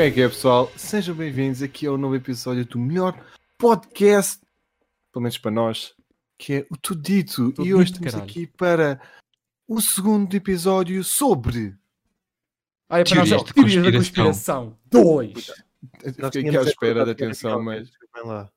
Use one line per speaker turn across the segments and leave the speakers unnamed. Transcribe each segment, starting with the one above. é que é, pessoal? Sejam bem-vindos aqui ao novo episódio do melhor podcast, pelo menos para nós, que é o Tudito.
Tudito,
e hoje estamos
caralho.
aqui para o segundo episódio sobre.
Ah, é para nós
Teorias
é
de
teorias da
conspiração.
conspiração. Dois.
Eu Fiquei
Nós
aqui à
tínhamos
espera da
acordado que era
atenção, mas.
minhocas, desculpem lá.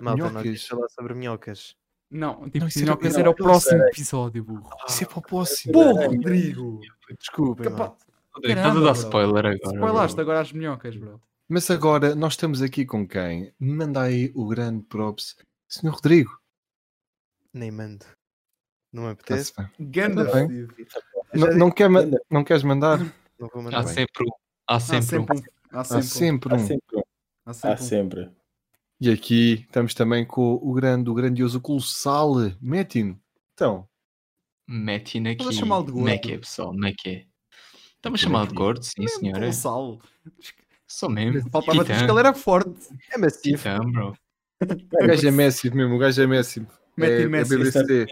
Malta, nós
Minhocas?
íamos falar sobre minhocas.
Não, tipo,
Não, isso
isso
era-
não, esse
não,
era o
eu
próximo episódio, burro.
Isso é para o próximo.
Burro, Rodrigo!
Desculpem,
Capaz-
malta.
Estás a
Caramba,
dar
bro.
spoiler agora.
Spoilaste
bro.
agora as minhocas, bro.
Mas agora nós estamos aqui com quem? Manda aí o grande props, Senhor Rodrigo.
Nem mando. Não me apetece.
Está-se bem.
Ganda,
Tá bem.
Steve.
Eu já
Não-
disse,
Não, quer ma- não queres mandar?
não vou
Tá
mandar.
Há sempre um. Há
Há
sempre um.
sempre um. Há
Há
sempre um.
sempre tipo, um.
Há
Hum, Há
sempre um.
sempre.
E aqui estamos também com o grande, o grandioso, colossal Metin. Então,
Mete um aqui.
Estás a chamá-lo de gordo?
Como é que é, pessoal? Como é que é? Estamos a chamar de gordo, sim,
um
senhora.
Colossal.
Sou mesmo.
Faltava-te
Titã.
que ele era forte.
É massivo.
Titã, bro.
o gajo é Messi mesmo, o gajo é Messi.
Mete
é,
e Messi.
É BBC.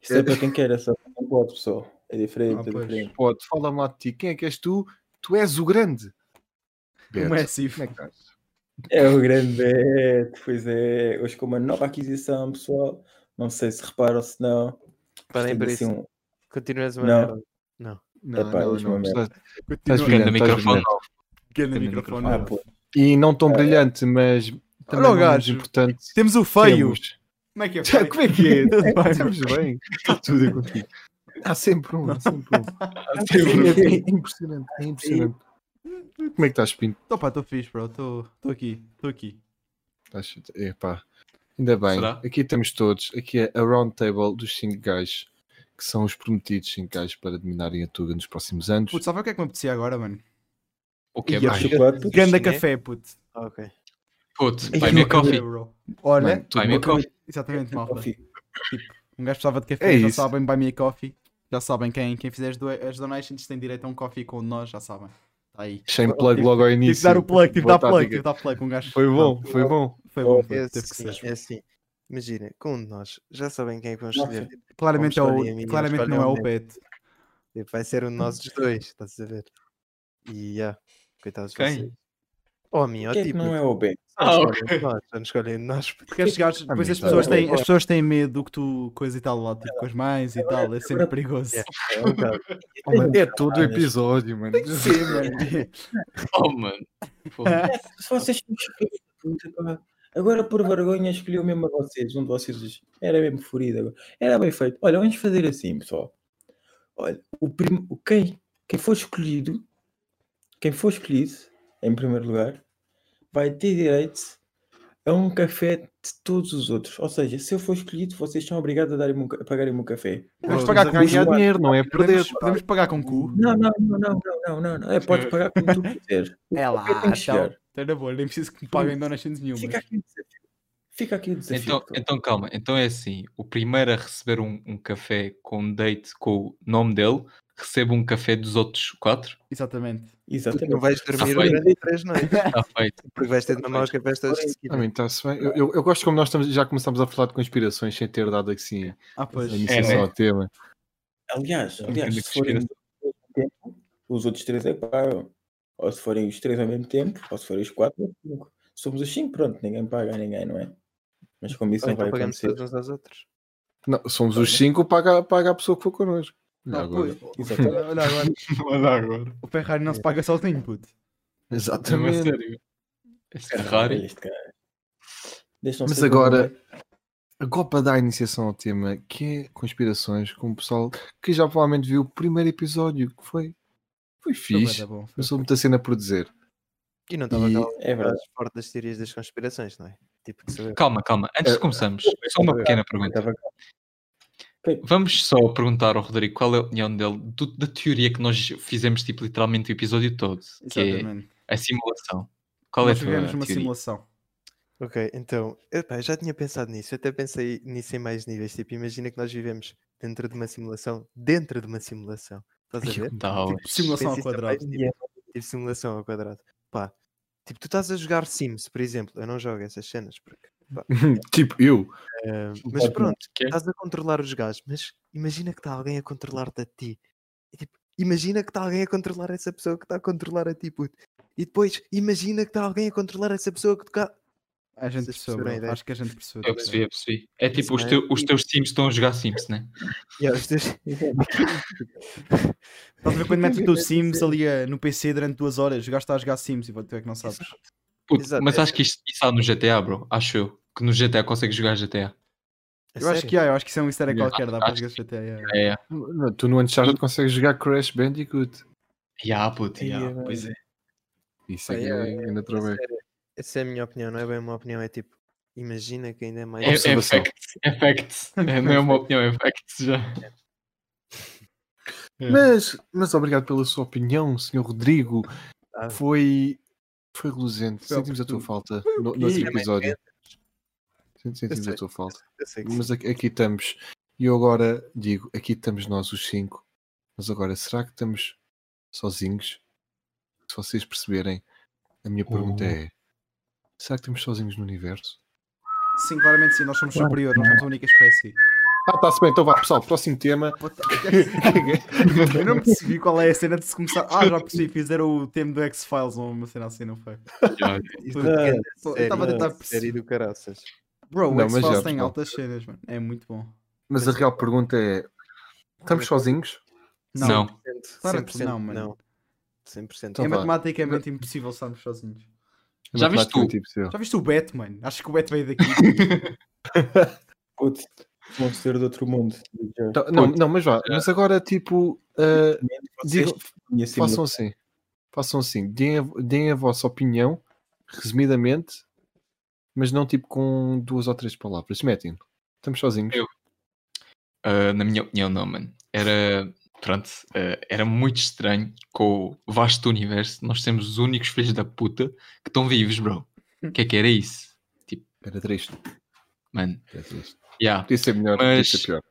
Isso é para quem quer, é só para quem pode, pessoal. É diferente,
Ah,
é
pois.
diferente.
Pode, fala-me lá de ti. Quem é que és tu? Tu és o grande.
O
Beto,
Messi.
Como é que estás?
É o grande Beto, pois é. Hoje com uma nova aquisição, pessoal. Não sei se reparam se não.
Parem
Temos
para
assim
isso.
um-
Continuas uma
Não.
merda.
Não,
Epá,
não,
hoje
não,
uma merda.
estás-
Continua.
estás
Ganda
brilhante, estás
microfone
brilhante.
novo.
Ganda
Ganda
microfone.
Ah,
microfone.
pô.
E não tão brilhante, mas também
o
não é menos
gajo.
importante.
Temos o feio.
temos-
Como é que é?
Como
feio?
é que é?
Tudo bem,
Estamos bem. Está tudo a contigo. Há sempre um, há sempre um.
Há
É,
um.
sempre-
é impressionante, é impressionante. Como é que estás, Pinto?
Tô pá, tô fixe, bro. Tô tô aqui. Tô aqui.
Estás... Tá Epá, ainda bem.
Será?
Aqui estamos todos. Aqui é a round table dos 5 gajos, que são os prometidos 5 gajos para dominarem a Tuga nos próximos anos.
Putz, sabe o que é que me apetecia agora, mano?
O que é,
E a
bro?
chocolate, puto,
Ganda
Chiné?
café, puto.
Ah, ok.
Puto,
Ei,
vai
eu
me
não
coffee.
bro. Olha,
Mano,
Vai me coffee.
exatamente mal.
Coffee.
Um gajo precisava de café,
É
já
isso.
sabem, buy me a coffee. Já sabem, quem, quem fizer as, do- as donations tem direito a um coffee com nós, já sabem. Tá aí.
Sem plug logo ao
Tive
início.
de dar o plug, tive de
Boa
dar plug, tive
tática.
de dar plug. Um gajo.
Foi bom,
Não,
foi bom.
foi bom.
É
Foi, teve que ser.
assim, é assim. Imagina, com um de nós, já sabem quem é que vamos
Nossa.
escolher.
Claramente, é
Vamos
o,
escolher a mim,
claramente
escolher
não é
o
o
meu.
Beto.
Tipo, Vai ser um de nós dos dois, estás a ver? E já, coitados de
Quem?
vocês. Ou a mim, ou
Quem é que
tipo.
não é o Beto?
Ah, ok.
Nós, já nos escolhem de nós.
Porque estes gajos, depois
bem,
as
tá
pessoas,
bem.
têm, as pessoas têm medo que tu coisa e tal lá, tipo com as mães e tal, é sempre perigoso.
Yeah. É um bocado.
Oh, mano, é
Tenho-
todo o
Olha,
episódio, mano.
Sim, mano.
Oh, mano. Pô,
Se vocês me escolhem, puta, pá. Agora por vergonha escolhi o mesmo a vocês, um de vocês dois. Era mesmo furido agora. Era bem feito. Olha, vamos fazer assim, pessoal. Olha, o prim... o quem, quem for escolhido, quem for escolhido, em primeiro lugar, vai ter direito a um café de todos os outros. Ou seja, se eu for escolhido, vocês são obrigados a, darem-me um ca- a pagarem-me um café.
Vamos
Vamos pagar
pagar
com cu.
dinheiro, não é perder.
Podemos, podemos pagar com cu.
Não, não, não, não, não, não, não, não. É, podes pagar como tu quiseres. O
É lá,
café tem que chegar.
então. Tá na boa, nem preciso que me paguem donations nenhuma.
Fica aqui o desafio. Fica aqui o desafio.
Então,
pessoal.
então calma, então é assim: o primeiro a receber um, um café com um date com o nome dele recebe um café dos outros quatro.
Exatamente.
Tu
Exatamente.
não vais dormir
feito.
durante três noites,
Está feito.
porque vais ter de mamar os cafés todos de seguida.
Ah, bem, tá-se bem. Eu, eu- eu gosto como nós estamos- já começamos a falar de conspirações sem ter dado assim
Ah,
a
pois.
iniciação
né?
ao tema.
Aliás,
um
aliás,
grande
se forem
conspiração.
ao mesmo tempo, os outros três é que pagam. Ou se forem os três ao mesmo tempo, ou se forem os quatro, ou cinco. Somos os cinco, pronto, ninguém paga a ninguém, não é? Mas como isso
Ou
não vai
então pagamos
acontecer.
todos uns aos outros.
Não, somos os cinco, paga, paga a pessoa que for connosco. Já
Não,
agora.
É. Ah, pois.
Exatamente.
Olha agora, o Ferrari não se paga sozinho, puto.
é.
Exatamente.
Esse
Caralho,
Ferrari.
olha este cara. Deixa não
Mas
sei como
agora-
vai.
Agora para dar iniciação ao tema, que é conspirações com o pessoal que já provavelmente viu o primeiro episódio, que foi, foi
Tá
fixe.
bom.
Começou muita cena por dizer.
E não estava
E-
aquela
É verdade.
forte das teorias das conspirações, não é? Tipo, que saber.
Calma, calma. Antes de começarmos, só uma pequena pergunta.
Estava...
Vamos só perguntar ao Rodrigo qual é a opinião dele do- da teoria que nós fizemos, tipo, literalmente o episódio todo, que
Exatamente.
é a simulação. Qual é a
Nós
tua
vivemos uma
teoria?
simulação.
Ok, então, epá, eu já tinha pensado nisso, eu até pensei nisso em mais níveis. Tipo, imagina que nós vivemos dentro de uma simulação, dentro de uma simulação. Estás a ver?
Dá,
Tipo,
Simulação ao
pensei isso a
quadrado.
mais níveis, Tipo, simulação ao quadrado. Pá, tipo, tu estás a jogar Sims, por exemplo. Eu não jogo essas cenas, porque,
tipo, eu.
eh,
Um
mas
Concordo.
pronto,
Que é?
estás a controlar os gajos, mas imagina que está alguém a controlar-te a ti. E, tipo, imagina que está alguém a controlar essa pessoa que está a controlar a ti, puto. E depois imagina que está alguém a controlar essa pessoa que toca.
A gente
Vocês
percebeu,
perceberam a
bro.
ideia?
acho que a gente percebeu.
Eu percebi, eu percebi. É tipo, os,
Isso é-
teu- os teus times estão a jogar Sims, né?
Yeah, os teus-
Estás a ver quando metes o teu Sims ali eh, no PC durante duas horas, jogaste a jogar Sims e tu é que não sabes.
Puto,
Exato,
mas
é-
acho que isto, isso há no GTA, bro. Acho eu. Que no GTA consegues jogar GTA.
Eu acho que há, eu acho que isso é um easter egg
Yeah,
qualquer, dá para
acho
jogar GTA. yeah.
É, é.
Não, tu no Uncharted consegues jogar Crash Bandicoot.
Ya, puto, ya,
Ia,
pois é.
Isso é
Ah,
que
yeah,
é ainda trabalho.
Essa é a minha opinião, não é bem uma opinião, é tipo, imagina que ainda é mais.
É, é
observação.
fact. É fact. É, não é uma opinião, é fact já. É.
Mas, mas obrigado pela sua opinião, Sr. Rodrigo.
Ah.
Foi. Foi reluzente.
Foi
Sentimos a tua
oportuno.
falta no, no outro
quê?
episódio. Sentimos a
sei.
tua falta.
Eu sei que sim.
Mas aqui, aqui estamos. E eu agora digo: aqui estamos nós, os cinco. Mas agora, será que estamos sozinhos? Se vocês perceberem, a minha pergunta
Oh.
é: será que estamos sozinhos no universo?
Sim, claramente sim, nós somos superiores, nós somos a única espécie.
Ah, está-se bem, então vá, pessoal, próximo tema.
Eu não percebi qual é a cena de se começar. Ah, já percebi, fizeram o tema do X-Files ou uma cena assim, não foi?
Ya,
Isso
Ah,
é
Eu
série,
estava a tentar
série
perceber.
do caraças.
Bro, o
Não, mas já,
X-Files tem
pessoal.
altas cenas, mano. É muito bom.
Mas a real pergunta é: estamos sozinhos?
Não.
Claro que não, mano.
Não. 100%.
Então
é
vá.
matematicamente impossível estarmos sozinhos.
Já viste tu?
Matematicamente é impossível.
Já viste o Bet, mano? Acho que o Bet veio daqui.
Putz, monstro do outro mundo.
Então, não, não, mas vá, mas agora tipo, ah,
Vocês
digam-
minha simula-
façam assim, façam assim, deem a, deem a vossa opinião, resumidamente, mas não tipo com duas ou três palavras. Metem. Estamos sozinhos.
Eu- Ah, na minha opinião, não, mano. Era. Pronto, ah, era muito estranho com o vasto universo. Nós temos os únicos filhos da puta que estão vivos, bro. O que é que era isso?
Era triste.
Mano,
Era triste.
yeah.
Podia ser melhor,
Mas-
podia ser pior.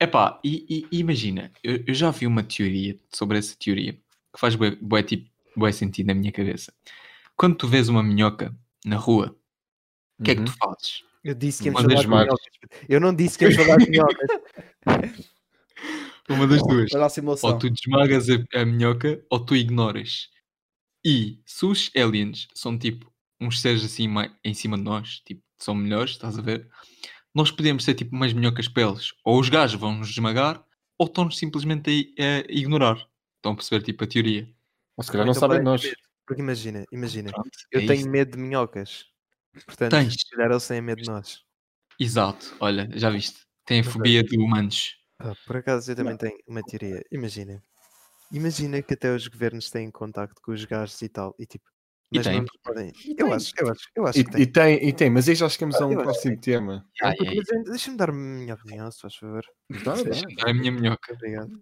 Epá, e, e- e imagina, eu, eu já vi uma teoria sobre essa teoria que faz bué, bué tipo, bué sentido na minha cabeça. Quando tu vês uma minhoca na rua, o
Uhum.
que é que tu fazes?
Eu disse que íamos
Mandas
falar de minhocas. Eu não disse que íamos falar de minhocas.
Uma das duas.
Olha a simulação.
Ou tu desmagas a, a minhoca ou tu ignoras. E se os aliens são tipo uns seres assim mai- em cima de nós, tipo, são melhores, estás a ver? Nós podemos ser tipo umas minhocas peles. Ou os gajos vão nos esmagar ou estão-nos simplesmente a, i- a ignorar. Estão a perceber tipo a teoria.
Ou se calhar não
Então,
sabem
vai-
de nós.
Porque imagina, imagina.
Pronto,
Eu
é
tenho
isso.
medo de minhocas. Portanto,
Tens.
se calhar eles têm medo de nós.
Exato, olha, já viste. Tem a
é
fobia de humanos.
Ah, por acaso eu também tenho uma teoria. Imagina. Imagina que até os governos têm contacto com os gajos e tal. E tipo.
E
Mas não
tem.
nos podem. Eu acho, eu acho, eu acho
E,
que tem.
e tem, e tem, mas aí já chegamos a
Ah,
um
eu acho
próximo tema.
Ai, ai,
Mas eu- Deixa-me dar a minha opinião, se faz favor.
Tá,
Sim.
tá.
ai, é a minha minhoca.
Obrigado.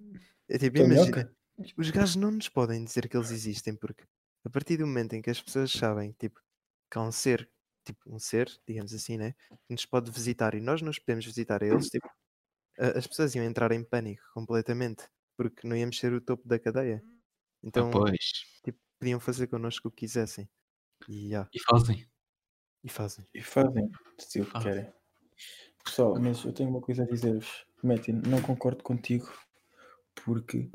É tipo,
Tem
imagina, os gajos não nos podem dizer que eles existem, porque a partir do momento em que as pessoas sabem tipo, que há um ser, tipo, um ser, digamos assim, né? Que nos pode visitar e nós nos podemos visitar a eles, tipo, a- as pessoas iam entrar em pânico completamente, porque não íamos ser o topo da cadeia. Então
Ah, pois.
podiam fazer connosco o que quisessem. E, ah,
E fazem.
e fazem.
E fazem se o que
Fazem.
querem. Pessoal, mas eu tenho uma coisa a dizer-vos. Metin, não concordo contigo porque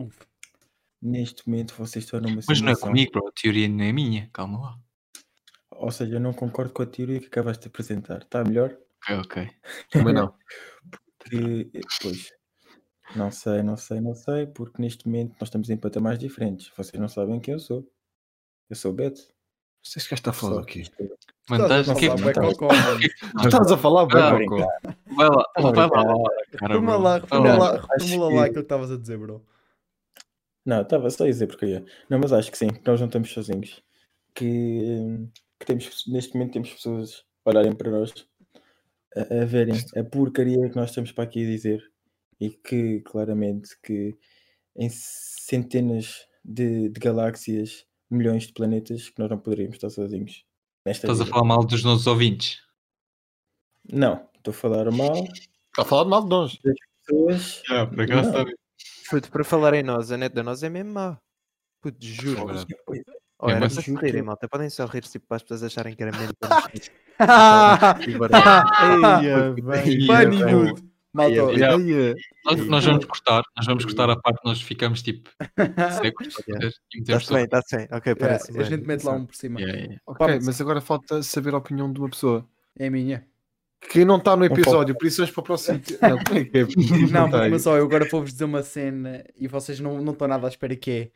neste momento vocês estão numa
Mas não é
simulação.
comigo, bro. A teoria não é minha. Calma lá.
Ou seja, eu não concordo com a teoria que acabaste de apresentar. Está melhor?
Ok, ok.
Também não.
Que, eh, pois, não sei, não sei, não sei, porque neste momento nós estamos em patamares diferentes. Vocês não sabem quem eu sou. Eu sou o Beto.
Vocês que está a falar
Sou-
Tá aqui.
Mano,
Estás
estás-
a
o que é que
falar, bué
tu
cocó, mano.
Tu estás a falar,
Ah,
bem, Cocó.
Vai lá,
Tá
vai
bem,
lá. cara,
Reformula
bro.
lá,
Vai
reformula
Não,
lá,
acho
reformula lá
que-
aquilo que estavas a dizer, bro.
Não, estava só a dizer porcaria. Não, mas acho que sim, que nós não estamos sozinhos. Que, hum, que temos, neste momento temos pessoas a olharem para nós, a, a verem a porcaria que nós estamos para aqui dizer e que claramente que em centenas de, de galáxias, milhões de planetas, que nós não poderíamos estar sozinhos. Nesta
Estás a
vida.
falar mal dos nossos ouvintes.
Não, estou a falar mal de
Está a falar de mal de nós.
pessoas.
Ah, por
acaso Não.
Puto, para falar em nós, a net da nós é mesmo má. Puto, juro.
verdade.
Oh,
É,
era
mas-
para se meterem, malta. Podem só rir tipo, para as pessoas acharem que era mesmo.
Ah,
E bora lá.
ah,
Eia,
Funny
bem.
dude. Malta,
Yeah,
yeah.
olha,
Nós, nós vamos cortar, nós vamos cortar a parte que nós ficamos tipo secos
Yeah.
e metemos
Está-se
tudo.
bem, está-se bem. Ok, parece.
a gente mete lá um por cima.
Yeah, yeah.
Ok,
Pá, mas-
mas agora falta saber a opinião de uma pessoa.
É minha.
Quem não está no episódio, por isso vamos para o próximo. Não, como é que é?
Não,
tá aí.
mas só, eu agora vou-vos dizer uma cena e vocês não não estão nada à espera que é.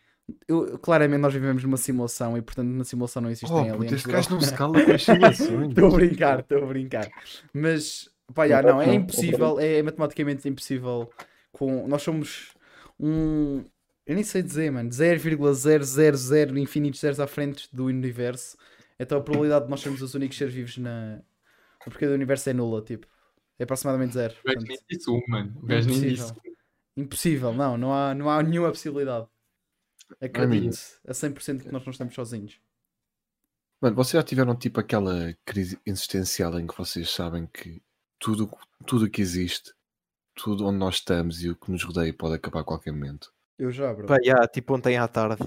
Eu- claramente nós vivemos numa simulação e portanto na simulação não existem
Oh, puto,
aliens.
este um
bro.
gajo não se cala com as simulações.
Estou a brincar, estou a brincar. Mas, pá, já, não, é impossível, é, matematicamente impossível. Com, nós somos um. Eu nem sei dizer, mano. 0,000 infinitos zeros à frente do universo. Então a probabilidade de nós sermos os únicos seres vivos na. Porque do universo é nula, tipo. É aproximadamente zero.
O gajo
portanto,
nem disse um, mano. O gajo nem disse. um.
impossível. Impossível, não, não há, não há nenhuma possibilidade. é
mínimo.
Acredito a 100% que nós não estamos sozinhos.
Mano, vocês já tiveram tipo aquela crise existencial em que vocês sabem que tudo o tudo o que existe, tudo onde nós estamos e o que nos rodeia pode acabar a qualquer momento.
Eu já, bro.
Pá, yeah, tipo ontem à tarde.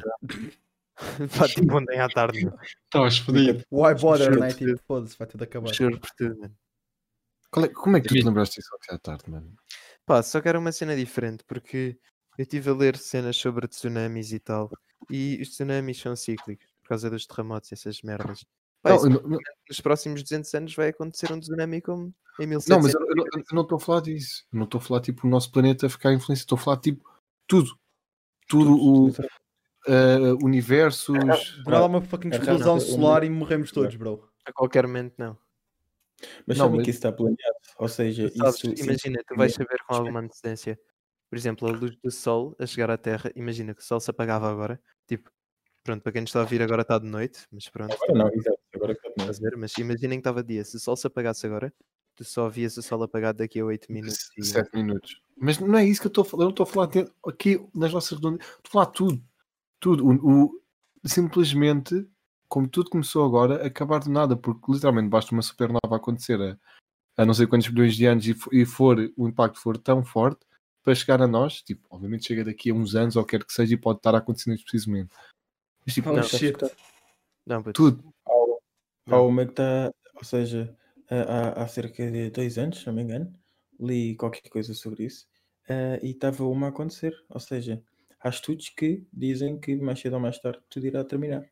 Pá, tipo ontem à tarde. meu.
Estavas Tá, fodido.
Why bother,
Juro-te.
né? Tipo, foda-se, vai tudo acabar.
Juro por tudo, mano.
Qual é- como é que tu te
Sim.
lembraste disso ontem à tarde, mano?
Pá, só que era uma cena diferente, porque eu estive a ler cenas sobre tsunamis e tal, e os tsunamis são cíclicos, por causa dos terremotos e essas merdas. Pá, isso
Não, eu não,
nos próximos 200 anos vai acontecer um tsunami como em
não, mas
1700.
eu, eu não- eu não estou a falar disso. Eu não estou a falar tipo o nosso planeta ficar influenciado. Estou a falar tipo tudo. Tudo o ah, universos.
Do nada há é uma fucking
Arranca
explosão
um-
solar e morremos todos, bro.
A qualquer momento não.
Mas
Não,
sabem
mas-
que isso está planeado. Ou seja,
Tu sabes,
isso. isso-
imagina, tu vais saber com alguma antecedência. Por exemplo, a luz do sol a chegar à Terra, imagina que o sol se apagava agora. Tipo, pronto, para quem nos está a ouvir agora está de noite, mas pronto,
Agora não, exato. Agora que eu
estás a ver? Mas imaginem que estava dia. Se o sol se apagasse agora, tu só vias o sol apagado daqui a 8 minutos. e-
7 minutos. Mas não é isso que eu estou a falar. Eu não estou a falar de- aqui nas nossas redondezas. Estou a falar tudo. Tudo. O, o- simplesmente, como tudo começou agora, acabar do nada. Porque literalmente basta uma supernova acontecer a, a não sei quantos bilhões de anos e, fo- e for, o impacto for tão forte para chegar a nós. Tipo, obviamente chega daqui a uns anos ou quer que seja e pode estar a acontecer neste preciso momento. Mas tipo,
Oh,
Não,
shit.
Não, puto,
tudo.
Há uma que está, ou seja, há, há- há cerca de dois anos, se não me engano, li qualquer coisa sobre isso, eh, e estava uma a acontecer. Ou seja, há estudos que dizem que mais cedo ou mais tarde tudo irá terminar.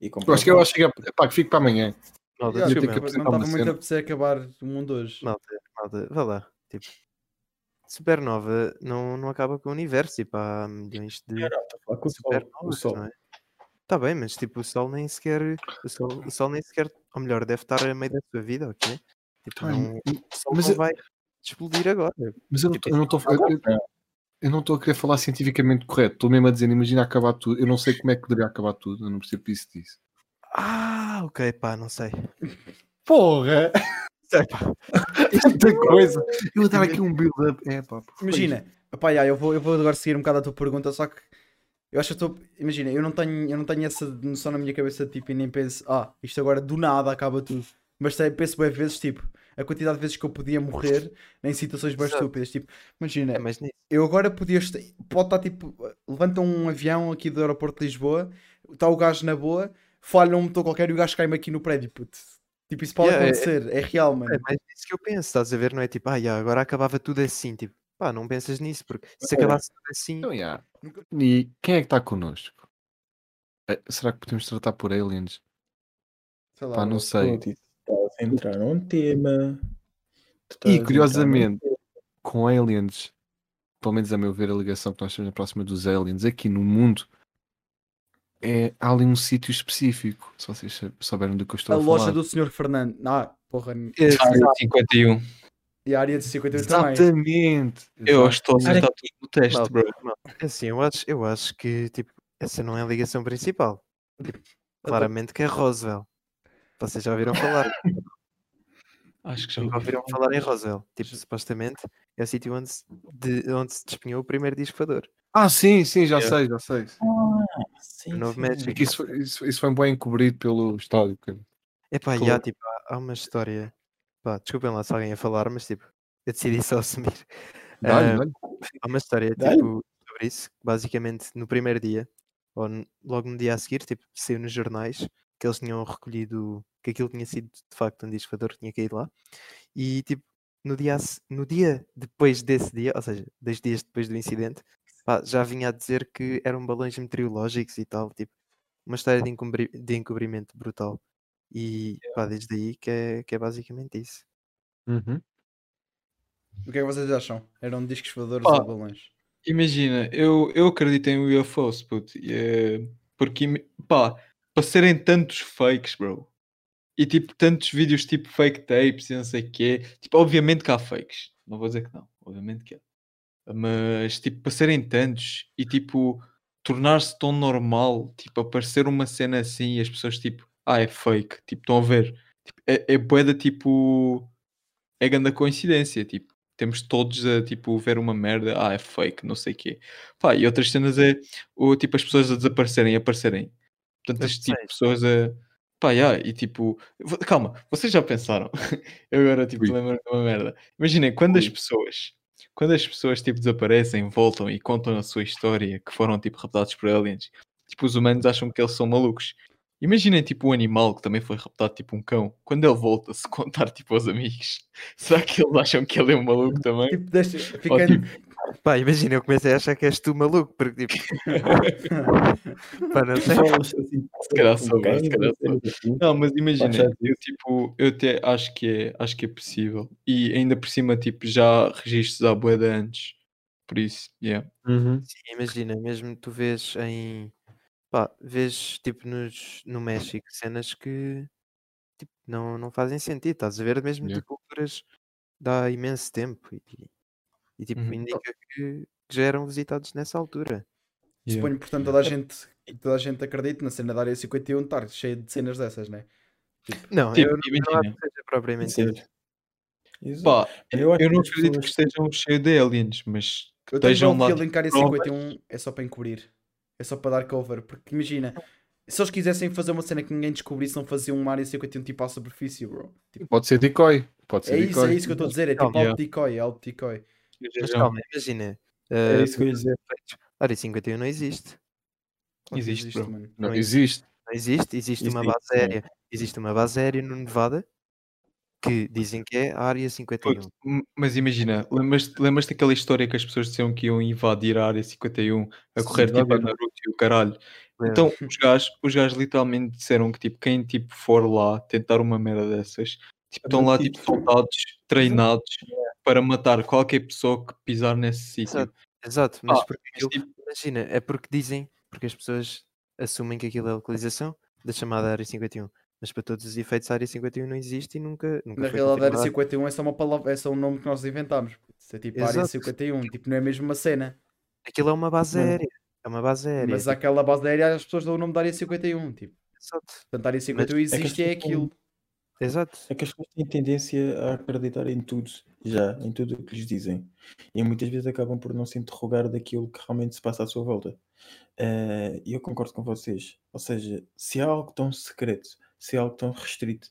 E
Eu acho que eu acho que, é- pá, que fico para amanhã.
malta,
Yeah,
eu
tipo,
tenho que
não
desculpa,
apresentar
estava
uma
muito
cena.
a precisar acabar o mundo hoje.
malta, malta, vá lá. Tipo, supernova não, não acaba com o universo, tipo, há milhões de
o
supernovas,
sol.
não é? Está bem, mas tipo, o sol nem sequer. O sol, o sol nem sequer. Ou melhor, deve estar a meio da sua vida, ok? Tipo,
Ai,
não, o sol
mas
não
eu-
vai explodir agora.
Mas eu não tô- eu não estou Eu não estou a querer falar cientificamente correto, estou mesmo a dizer, imagina acabar tudo. Eu não sei como é que poderia acabar tudo, eu não percebo isso disso.
Ah, ok, pá, não sei.
Porra! Tanta tipo coisa! Eu vou dar aqui um build-up. É, pá, por favor.
Imagina, pá, já, eu, vou, eu vou agora seguir um bocado a tua pergunta, só que eu acho que estou. Imagina, eu não, tenho, eu não tenho essa noção na minha cabeça, tipo, e nem penso, ah, isto agora do nada acaba tudo. Mas sei- penso bem vezes, tipo, a quantidade de vezes que eu podia morrer em situações bem
Exato.
estúpidas. Tipo, imagina,
É, mas nem.
eu agora podia estar, pode estar tipo, levanta um avião aqui do aeroporto de Lisboa, está o gajo na boa, falha um motor qualquer e o gajo cai-me aqui no prédio, puto. Tipo, isso pode
Yeah, é-
acontecer, é, real, mano.
É mais nisso que eu penso, estás a ver? Não é tipo, ah, já, agora acabava tudo assim. Tipo, pá, não pensas nisso, porque se
Olha,
acabasse tudo assim.
Então, já. E quem é que está connosco? Eh, Será que podemos tratar por aliens?
Sei lá,
Pá,
bro.
não sei.
Estás a entrar num tema. Tu estás a entrar
E
num
curiosamente, com aliens, pelo menos a meu ver, a ligação que nós temos na próxima dos aliens aqui no mundo é há ali um sítio específico. Se vocês sou- souberam do que eu estou
a
a,
loja
falar.
do Sr. Fernando. Ah, porra,
É,
Área 51.
e a área de 58 também.
Exatamente!
Eu
Exato.
estou a acertar tudo no teste,
Malta,
bro.
malta, Assim, eu acho, eu acho que tipo, essa não é a ligação principal. Tipo, claramente que é Roosevelt. Vocês já ouviram falar?
Acho que já
Já ouviram falar em Roswell? Tipo, supostamente é o sítio onde se, de- onde se despenhou o primeiro disco voador.
Ah, sim, sim, já
Yeah.
sei, já sei.
Ah, sim,
O novo
sim.
Magic.
É que isso foi, isso, isso foi bem encobrido pelo estádio. cara.
Epá, e há,
Claro.
tipo, há- há uma história. Pá, desculpem lá se alguém a falar, mas tipo, eu decidi só assumir.
Dá-lhe, é?
Ah,
dá-lhe.
Há uma história
Dá-lhe.
tipo, sobre isso. que Basicamente, no primeiro dia, ou no- logo no dia a seguir, tipo, saiu nos jornais que eles tinham recolhido que aquilo tinha sido de facto um disco voador que tinha caído lá. E tipo, no dia, a se- no dia depois desse dia, ou seja, dois dias depois do incidente, pá, já vinha a dizer que eram balões meteorológicos e tal, tipo, uma história de, encobri- de encobrimento brutal. E pá, desde aí que é, que é basicamente isso.
Uhum.
O que é que vocês acham? Eram discos voadores
Pá.
ou balões?
Imagina, eu, eu acredito em UFOs, puto. e, eh, porque, ime- pá, para serem tantos fakes, bro. E tipo, tantos vídeos tipo fake tapes e não sei o quê. Tipo, obviamente que há fakes. Não vou dizer que não. Obviamente que há. Mas, tipo, para serem tantos e tipo, tornar-se tão normal, tipo, aparecer uma cena assim e as pessoas tipo, ah, é fake. Tipo, estão a ver. Tipo, é, é boeda tipo. É grande coincidência, tipo temos todos a tipo ver uma merda, ah, é fake, não sei o quê. Pá, e outras cenas é o tipo as pessoas a desaparecerem e aparecerem. Portanto, este tipo de pessoas a pá, yeah, e tipo, vo- calma, vocês já pensaram? Eu agora tipo
Ui.
lembro de uma merda. Imaginem quando as pessoas, quando as pessoas tipo desaparecem, voltam e contam a sua história que foram tipo raptados por aliens. Tipo, os humanos acham que eles são malucos. Imaginem tipo um animal que também foi raptado tipo um cão. Quando ele volta, se contar tipo aos amigos, será que eles acham que ele é um maluco também?
Tipo, deixa, ficando,
Pá, imagina, eu comecei a achar que és tu maluco, porque tipo, pá, não sei.
Se
calhar sou, se calhar Não, mas imagina, eu tipo, eu até acho que é, acho que é possível. E ainda por cima, tipo, já registros à boeda antes. Por isso, yeah.
Uhum.
Sim, imagina, mesmo tu vês em. Pá, vês tipo nos, no México cenas que tipo, não, não fazem sentido, estás a ver? Mesmo
Yeah.
de culturas dá imenso tempo e, e, tipo
Uhum.
indica que, que já eram visitados nessa altura.
Suponho, portanto, toda a gente, toda a gente acredita na cena da área 51 estar cheia de cenas dessas, né?
Não,
Tipo,
eu não, não acho
imagina.
que seja propriamente
Sim.
isso.
Pá,
Eu acho
eu não
que as
acredito que
pessoas-
estejam cheios de aliens, mas que
Eu tenho
estejam lá.
que
tipo,
link área
provas.
51 é só para encobrir. É só para dar cover. Porque imagina, se eles quisessem fazer uma cena que ninguém descobrisse, não faziam uma área 51 tipo à superfície, bro. Tipo,
Pode ser decoy. Pode ser
é isso,
decoy.
é isso que eu estou a dizer. É tipo
Calma.
alto decoy, é alto decoy.
Mas
estejam-
calma, imagina.
Era
ah,
isso que eu ia dizer.
Área 51 não existe.
Claro que
Existe, bro.
mano.
Não
Não
existe.
Não existe, existe uma
Existe,
base
é.
aérea. Existe uma base aérea no Nevada que dizem que é a área 51.
Puto, m- mas imagina, lembras-te lembras daquela história que as pessoas disseram que iam invadir a área 51 a
Sim,
correr tipo a
lembro.
Naruto e o caralho? Então, os gajos, os gajos literalmente disseram que tipo, quem tipo, for lá tentar uma merda dessas, tipo, estão lá tipo, soldados treinados para matar qualquer pessoa que pisar nesse sítio.
Exato, exato, mas
Ah.
Pá,
porque
Mas,
aquilo,
tipo,
imagina, é porque dizem, porque as pessoas assumem que aquilo é a localização da chamada Área 51, mas para todos os efeitos a Área 51 não existe e nunca, nunca
Na
foi
realidade, a área
confirmada.
51 é só uma palavra, é só um nome que nós inventámos. Isso é tipo área
Exato.
51, tipo, não é mesmo uma cena.
Aquilo é uma base
Não.
aérea, é uma base aérea.
Mas aquela base aérea as pessoas dão o nome da área 51, tipo.
Exato,
Portanto, a área 51
é que as
existe e é
pessoas
aquilo.
exato.
É que as pessoas têm tendência a acreditar em tudo, já, em tudo o que lhes dizem. E muitas vezes acabam por não se interrogar daquilo que realmente se passa à sua volta. Eh, E eu concordo com vocês. Ou seja, se há algo tão secreto, se há algo tão restrito,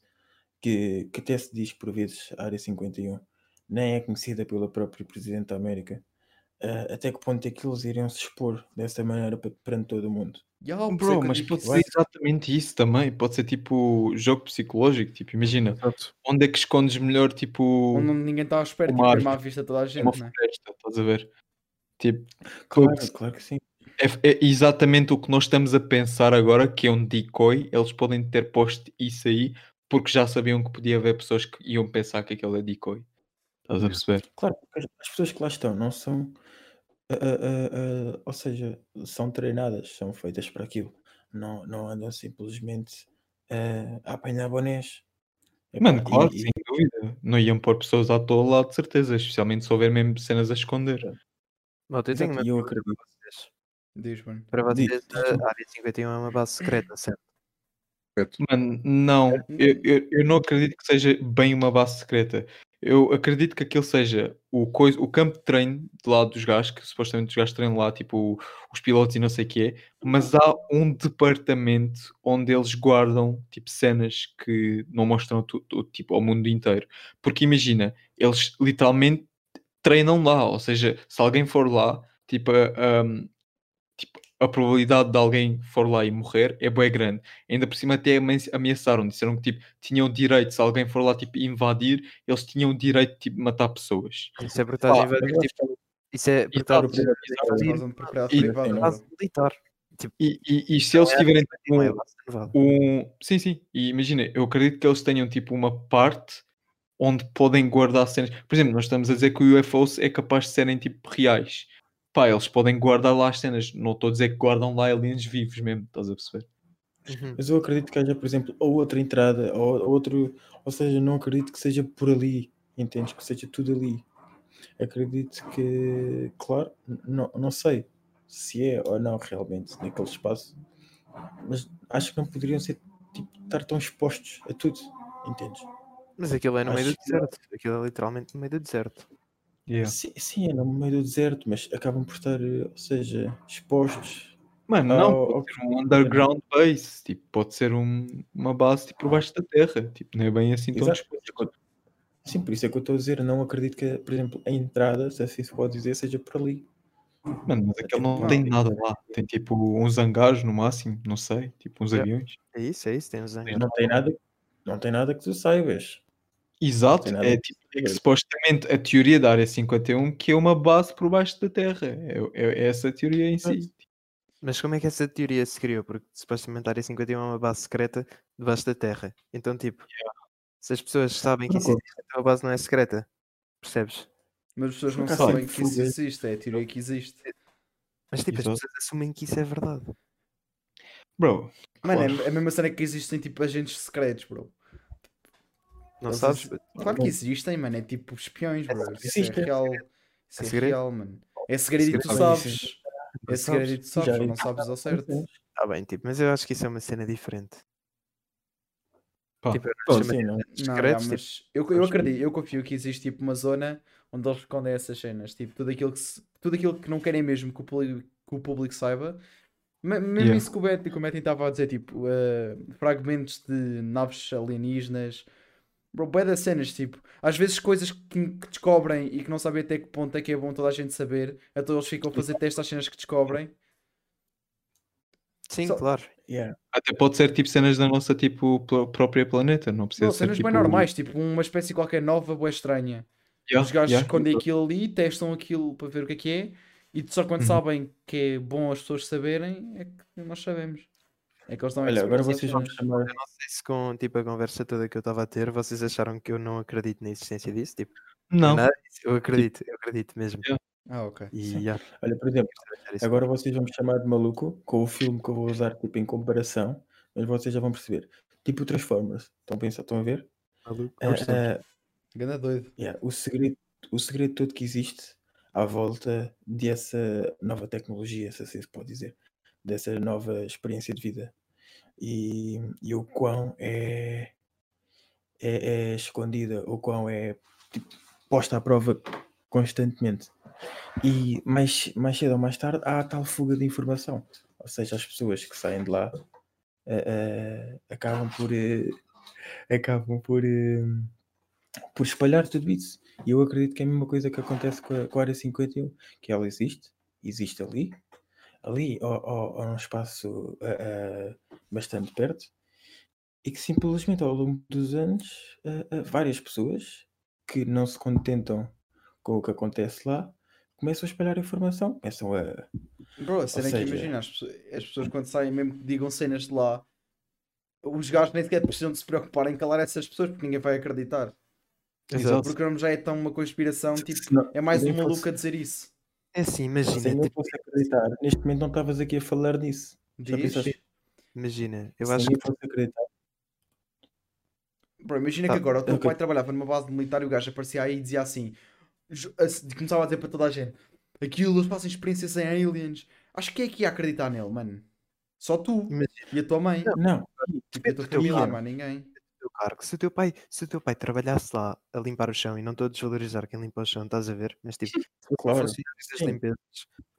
que, que até se diz por vezes a Área 51, nem é conhecida pelo próprio Presidente da América, eh, até que ponto é que eles iriam se expor dessa maneira pe- perante todo o mundo?
Yeah, por isso é
bro,
que eu
mas
digo
tipo, pode
que-
ser exatamente isso também. Pode ser tipo jogo psicológico. Tipo, imagina,
Exato.
onde é que escondes melhor tipo
onde Um ninguém está à espera,
Uma
tipo,
árvore.
mesmo à vista toda a gente,
uma
né?
floresta? Estás a ver? Tipo,
Claro,
putz,
claro que sim.
é, é exatamente o que nós estamos a pensar agora, que é um decoy. Eles podem ter posto isso aí porque já sabiam que podia haver pessoas que iam pensar que aquele é decoy. Estás a perceber?
Claro, porque as as pessoas que lá estão não são. ah, ah, ah, ah, ou seja, são treinadas, são feitas para aquilo. Não, não andam simplesmente ah, a apanhar bonés. Epá,
Mano, claro,
e- e-
sem dúvida. Não iam pôr pessoas à toa lá, de certeza. Especialmente se houver mesmo cenas a esconder.
Malta, eu
exato,
tenho
e
uma
eu
pergunta
acredito.
para vocês.
Diz, mano.
Para
Diz,
vocês,
diz
a
tu.
Área 51 é uma base secreta, certo?
Mano, não. Eu, eu, eu não acredito que seja bem uma base secreta. Eu acredito que aquilo seja o, coisa, o campo de treino de lado dos gajos, que supostamente os gajos treinam lá, tipo os pilotos e não sei o quê, mas há um departamento onde eles guardam tipo cenas que não mostram tu- tu- tipo, ao mundo inteiro. Porque imagina, eles literalmente treinam lá, ou seja, se alguém for lá, tipo, a- a- tipo, a probabilidade de alguém for lá e morrer é bem grande. Ainda por cima até amen- ameaçaram, disseram que tipo, tinham direito, se alguém for lá tipo, invadir, eles tinham direito de tipo, matar pessoas.
Isso é brutal.
Ah,
Isso é
E, tal,
brutal.
propriedade
Invadir,
Invasão de propriedade
E-
privada.
e-
quase militar.
e, e- e se eles tiverem
Não é
tipo,
base naval.
um. Sim, sim. E imagina, eu acredito que eles tenham tipo uma parte onde podem guardar cenas. Por exemplo, nós estamos a dizer que o UFO é capaz de serem tipo reais. Pá, eles podem guardar lá as cenas. Não estou a dizer que guardam lá aliens vivos mesmo, estás a perceber?
Uhum.
Mas eu acredito que haja, por exemplo, ou outra entrada, ou ou outro. Ou seja, não acredito que seja por ali. Entendes? Que seja tudo ali. Acredito que, claro, n- não, não sei se é ou não realmente naquele espaço. Mas acho que não poderiam ser, tipo, estar tão expostos a tudo. Entendes?
Mas aquilo é no meio do
Acho que-
deserto. Aquilo é literalmente no meio do deserto.
Sim, sim, é no meio do deserto, mas acabam por estar, eh, ou seja, expostos.
Ah,
Mano, não,
ao- ao-
pode ser um underground base, tipo, pode ser um- uma base tipo, por baixo da terra, tipo, não é bem assim tão
Exato.
desconhecido quanto-
Sim, por isso é que eu estou a dizer, não acredito que, por exemplo, a entrada, se assim se pode dizer, seja por ali.
Mano,
É
mas aquele não,
Não,
tem
tipo,
nada lá, tem tipo uns hangares no máximo, não sei, tipo uns
É.
aviões.
É isso, é isso. Tem os anjos.
Não tem nada, não tem nada que tu saibas.
Exato,
tem nada
é
que
tipo,
se
é que
diga.
supostamente a teoria da área 51 que é uma base por baixo da terra, é, é- é essa a teoria em si. tipo,
Mas como é que essa teoria se criou? Porque supostamente a área 51 é uma base secreta debaixo da terra. Então, tipo, se as pessoas sabem que isso
Concordo.
existe, então a base não é secreta. Percebes?
Mas as pessoas não
Nunca
sabem
sabem
que isso
fogo.
existe, é a teoria que existe.
Mas, tipo,
Exato.
as pessoas assumem que isso é verdade.
Bro,
Mano,
Claro.
é a mesma cena que existem tipo agentes secretos, bro.
Não
Eles
sabes?
exi- Claro que existem, mano. É tipo espiões, bro. Isso é
Existem.
real. Isso
É
é
segredo.
real, mano. É segredo e tu
Segredo.
sabes.
Não
É segredo e tu sabes,
Já
ou
vi.
não sabes ao certo.
Tá bem, tipo, mas eu acho que isso é uma cena diferente.
Pá,
Tipo, eu não
pronto.
chamo-
Sim, não.
Não,
Secretos,
já,
tipo,
mas eu, eu
acho que-
acredito, eu confio que existe tipo uma zona onde eles escondem essas cenas, tipo, tudo aquilo que, se- tudo aquilo que não querem mesmo que o público, que o público saiba. Me- Mesmo
Yeah.
isso que o Betty, como estava a dizer, tipo, eh, fragmentos de naves alienígenas, bro, bué das cenas, tipo, às vezes coisas que, que descobrem e que não sabem até que ponto é que é bom toda a gente saber, então eles ficam a fazer
Tipo,
testes às cenas que descobrem.
Sim,
Só-
claro.
Yeah.
até pode ser tipo cenas da nossa tipo pl- própria planeta, não precisa
Não,
ser
cenas
tipo...
bem normais, tipo, uma espécie qualquer nova, bué estranha.
Yeah,
Os gajos
yeah.
escondem aquilo ali, testam aquilo para ver o que é que é, e só quando
Uhum.
sabem que é bom as pessoas saberem, é que nós sabemos. É que eles dão
Olha, agora
expertise às
vocês vão me
cenas.
chamar.
Eu não sei se com tipo, a conversa toda que eu estava a ter, vocês acharam que eu não acredito na existência disso. Tipo,
Não,
nada disso. Eu acredito, eu acredito mesmo.
Yeah.
Ah, ok.
E
Sim.
yeah,
Olha, por exemplo,
quero deixar isso é
agora vocês vão me chamar de maluco com o filme que eu vou usar tipo, em comparação, mas vocês já vão perceber. Tipo o Transformers. Estão a pensar, estão a ver?
maluco.
Ah,
Gostamos.
ah,
Ganda doido.
Yeah, o, segredo, o segredo todo que existe à volta dessa nova tecnologia, se assim se pode dizer, dessa nova experiência de vida. E, e o quão é, é, é escondida, o quão é tipo, posta à prova constantemente. E mais, mais cedo ou mais tarde há a tal fuga de informação. Ou seja, as pessoas que saem de lá eh, eh, acabam por. eh, acabam por. eh, por espalhar tudo isso. E eu acredito que é a mesma coisa que acontece com a, com a Área 51, que ela existe, existe ali, ali, ou, ou, ou num um espaço ah, ah, bastante perto, e que simplesmente ao longo dos anos, ah, ah, várias pessoas que não se contentam com o que acontece lá, começam a espalhar informação, começam a...
Bro, a cena é que
seja-
imagina, as pessoas, as pessoas quando saem, mesmo que digam cenas de lá, os gajos nem sequer precisam de se preocupar em calar essas pessoas porque ninguém vai acreditar.
Exato.
Porque não já é tão uma conspiração, tipo,
Se não-
é mais um
nem
maluco
fosse-
a dizer isso.
É assim,
se
imagina,
não
tipo,
fosse acreditar, neste momento não estavas aqui a falar nisso. Já
Diz.
pensaste?
imagina. Eu
se
acho que
ninguém fosse acreditar,
Bro, imagina
Tá,
que agora o teu
ok.
pai trabalhava numa base militar e o gajo aparecia aí e dizia assim: ju- a- começava a dizer para toda a gente, aquilo eles fazem experiências em aliens. Acho que quem é que ia acreditar nele, mano? Só tu
Imagina.
e a tua mãe.
não,
Tipo, e a tua
Depende do teu
família,
pai.
mano, ninguém.
teu cargo. Se o teu pai, se o teu pai trabalhasse lá a limpar o chão e não estou a desvalorizar quem limpa o chão, estás a ver? Mas tipo, se
claro,
fosse essas
sim.
limpezas,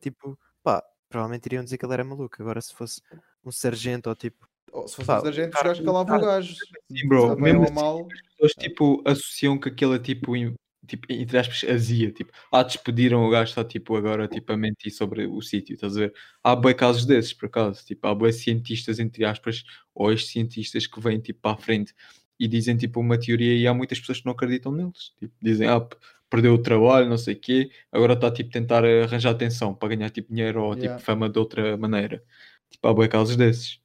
tipo, pá, provavelmente iriam dizer que ele era maluco. Agora se fosse um sargento ou tipo,
Ou Oh, se
Pá,
fosse a gente, os
cara, tá assim,
gajos calavam o gajo.
Sim, bro,
Se ele bem
mesmo
ou
assim,
mal,
pessoas tipo associam que aquilo é tipo, in- tipo, entre aspas, azia, tipo, ah, despediram o gajo, está, tipo, agora, tipo, a mentir sobre o sítio, estás a ver? Há boi casos desses, por acaso, tipo, há boi cientistas, entre aspas, ou ex-cientistas que vêm, tipo, para a frente e dizem, tipo, uma teoria e há muitas pessoas que não acreditam neles, tipo, dizem, ah, p- perdeu o trabalho, não sei o quê, agora está, tipo, a tentar eh, arranjar atenção para ganhar, tipo, dinheiro ou,
Yeah.
tipo, fama de outra maneira. Tipo, há boi casos desses.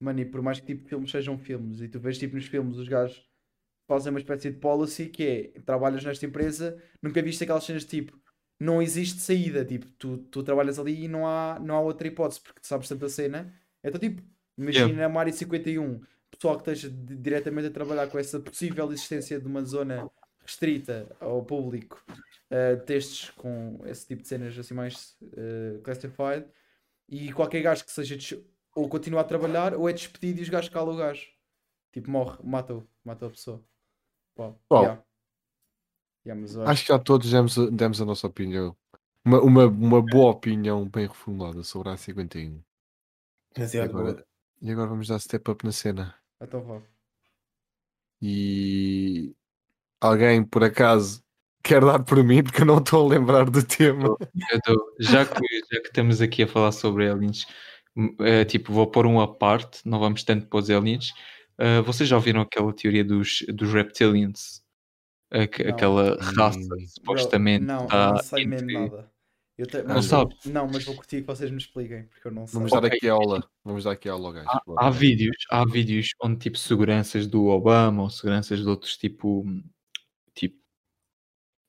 Mano, e por mais que tipo filmes sejam filmes, e tu vês tipo nos filmes os gajos fazem uma espécie de policy que é trabalhas nesta empresa, nunca viste aquelas cenas de tipo não existe saída, tipo, tu, tu trabalhas ali e não há, não há outra hipótese, porque tu sabes tanta cena. Então, tipo, imagina uma área 51, pessoal que esteja di- diretamente a trabalhar com essa possível existência de uma zona restrita ao público, eh, textos com esse tipo de cenas assim mais eh, classified, e qualquer gajo que seja des- ou continua a trabalhar ou é despedido e os gajos calam o gajo. Tipo, morre, mata-o, mata a pessoa. Pá,
Uau.
yeah. Yeah, mas eu acho-
Acho que já todos demos, a- demos a nossa opinião. Uma, uma, uma boa opinião bem reformulada sobre a A51.
Mas
E
é
agora, e agora vamos dar step up na cena.
Então vá.
E alguém, por acaso, quer dar por mim, porque eu não estou a lembrar do tema.
Eu dou- já, que, já que estamos aqui a falar sobre aliens, m- eh, tipo, vou pôr um à parte, não vamos tanto para os aliens. Ah, vocês já ouviram aquela teoria dos, dos reptilians? Aque-
Não.
aquela raça
Hum.
que supostamente
Bro, não,
tá
eu não sei
entre-
mesmo nada. Eu te-
Não
mas-
sabes?
Não, mas vou curtir que vocês me expliquem, porque eu não sei.
Vamos
Ok.
dar aqui aula. Vamos dar aqui aula ao gajo.
Há,
Bora.
há vídeos, há vídeos onde tipo seguranças do Obama ou seguranças de outros tipo, tipo